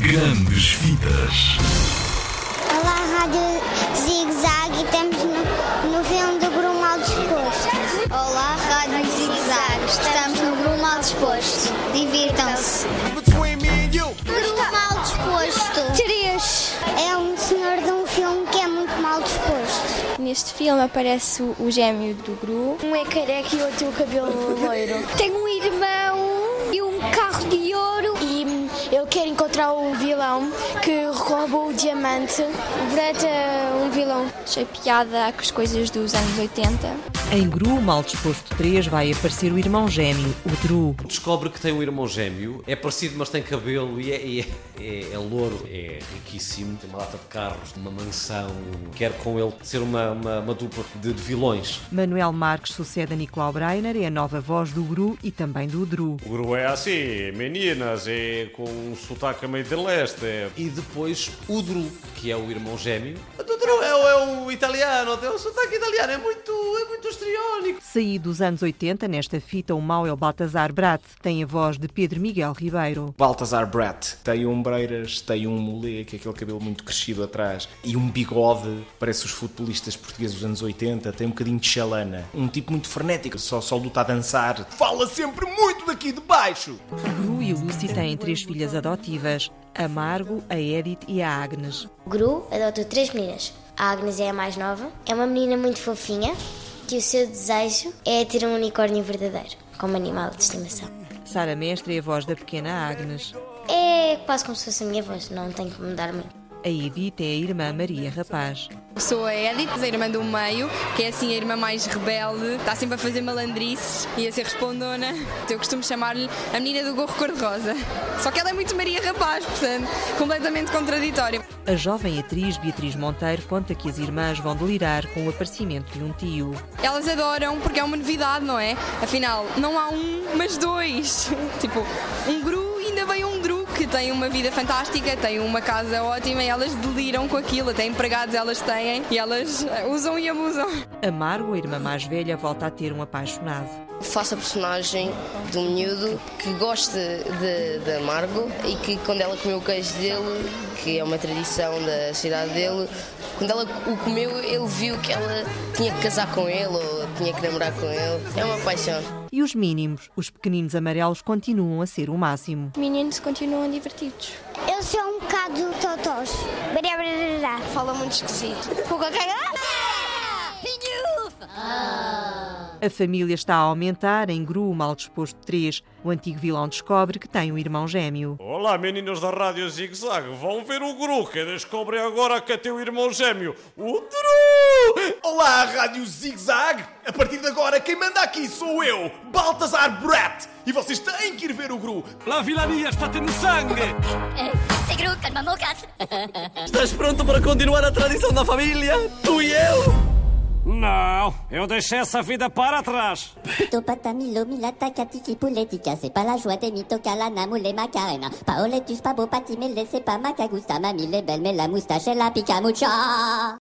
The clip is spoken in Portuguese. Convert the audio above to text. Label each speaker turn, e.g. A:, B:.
A: Grandes Vidas.
B: Olá, Rádio Zig Zag, estamos no, no filme do Grupo Mal Disposto. Olá, Rádio Zig Zag, estamos no Grupo Mal Disposto. Divirtam-se.
C: between me and you.
B: Grupo Mal Disposto. Três. É um senhor de um filme que é muito mal disposto.
D: Neste filme aparece o, o gêmeo do Gru.
E: Um é careca e outro tem o cabelo loiro. Tem um irmão e um carro de ouro. E hum, eu quero encontrar o vilão que roubou o diamante. Brata um vilão.
D: Achei piada com as coisas dos anos 80.
F: Em Gru, Mal Disposto 3, vai aparecer o irmão gêmeo, o Dru.
G: descobre que tem um irmão gêmeo, é parecido, mas tem cabelo e é, e é- é- é louro, é riquíssimo, tem uma lata de carros, uma mansão, quer com ele ser uma, uma, uma dupla de, de vilões.
F: Manuel Marques sucede a Nicolau Breiner, é a nova voz do Gru e também do Dru.
H: O Guru é assim, meninas, é com um sotaque meio de leste. é.
G: E depois o Dru, que é o irmão gêmeo. O Dru é, o- é o italiano, tem um sotaque italiano, é muito, é muito estriónico.
F: Saído dos anos 80, nesta fita, o mau é o Baltazar Brat, tem a voz de Pedro Miguel Ribeiro.
I: Baltasar Brat tem ombreiras, tem um mulê, que é aquele cabelo muito crescido atrás, e um bigode, parece os futebolistas portugueses dos anos 80, tem um bocadinho de chalana. Um tipo muito frenético, só, só luta a dançar. Fala sempre muito daqui de baixo!
F: Gru e o Lucy têm três filhas adotivas, a Margo, a Edith e a Agnes.
B: O Gru adotou três meninas. A Agnes é a mais nova. É uma menina muito fofinha que o seu desejo é ter um unicórnio verdadeiro como animal de estimação.
F: Sara Mestre é a voz da pequena Agnes.
B: É quase como se fosse a minha voz, não tenho que mudar muito.
F: A Edith é a irmã Maria Rapaz.
J: Sou é a Edith, a irmã do meio, que é assim a irmã mais rebelde, está sempre a fazer malandrices e a ser respondona. Então Eu costumo chamar-lhe a menina do gorro cor-de-rosa. Só que ela é muito Maria Rapaz, portanto, completamente contraditória.
F: A jovem atriz Beatriz Monteiro conta que as irmãs vão delirar com o aparecimento de um tio.
J: Elas adoram porque é uma novidade, não é? Afinal, não há um, mas dois. Tipo, um gru e ainda vem um dru que tem uma vida fantástica, tem uma casa ótima e elas deliram com aquilo. Até empregados elas têm e elas eh, usam e abusam.
F: Amargo, a irmã mais velha, volta a ter um apaixonado.
E: Faço a personagem do miúdo que gosta de, de Amargo e que quando ela comeu o queijo dele, que é uma tradição da cidade dele, quando ela o comeu ele viu que ela tinha que casar com ele ou tinha que namorar com ele. É uma paixão.
F: E os mínimos, os pequeninos amarelos, continuam a ser o máximo.
D: Os meninos continuam divertidos.
B: Eu sou um bocado totós. Fala muito esquisito. Pouca
F: A família está a aumentar em Gru, o mal disposto 3. O antigo vilão descobre que tem um irmão gêmeo.
H: Olá, meninos da Rádio Zig Zag, vão ver o Guru que descobrem agora que é teu irmão gêmeo, o Dru!
I: Olá, Rádio Zig Zag! A partir de agora, quem manda aqui sou eu, Baltasar Brat! E vocês têm que ir ver o Gru!
A: La vilania está tendo sangue!
B: Seguro que mamocas.
A: Estás pronto para continuar a tradição da família? Tu e eu!
H: Não, eu deixei essa vida para trás.
B: Topatamilo milata katiki puletika, c'est pas la joie des mitokala namoule macarena. Paoletus pabo patime laissez pas macagusta, mamie les belles mais la moustache et la picamucha.